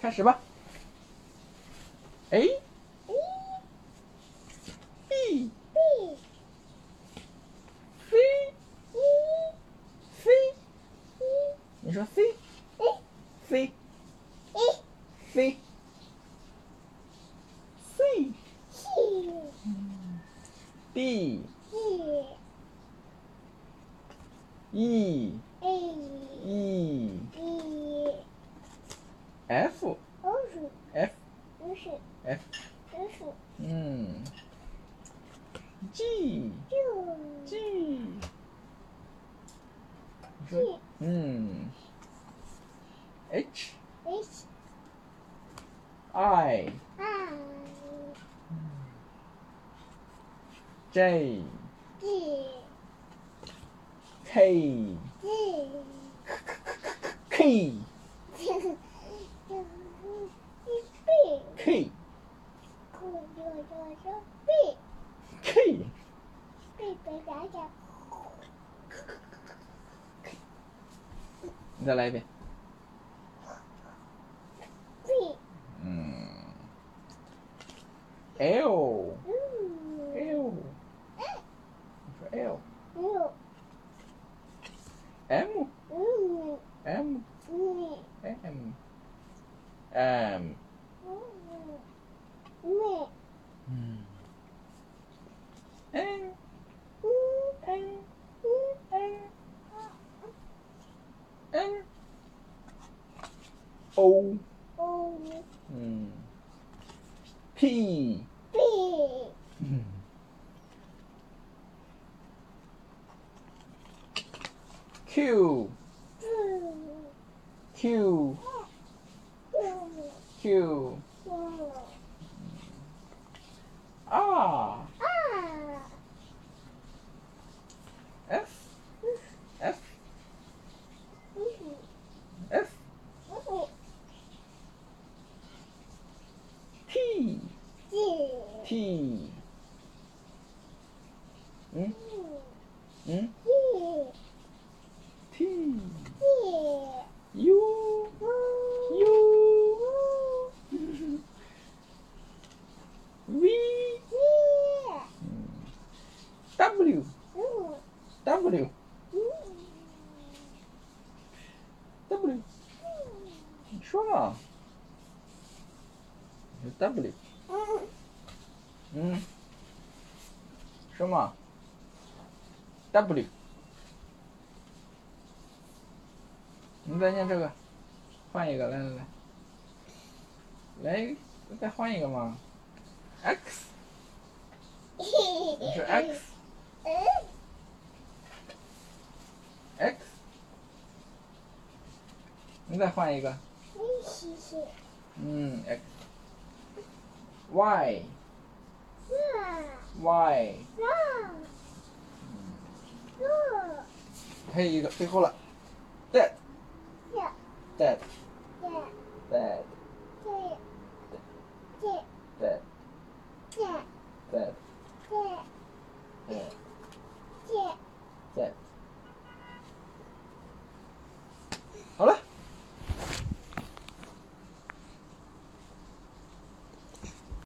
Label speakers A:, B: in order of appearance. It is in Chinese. A: 开始吧。哎，b
B: B
A: c c，你说哦 c c c c d e e f f f，嗯，g g，你说嗯，h i j k k k k，k，你再来一遍。嗯，L L，你说 L M M M M，嗯，N N N N O，嗯，P，嗯，Q Q Q R F F F T T，嗯 Mm, 嗯，T U U V W W W，你说嘛？你说 W，嗯，说嘛？W，你再念这个，换一个，来来来，来一个，再换一个嘛。X，你说 X X，你再换一个，嗯，X。Y Y，还有一个最后了，Dead Dead Dead。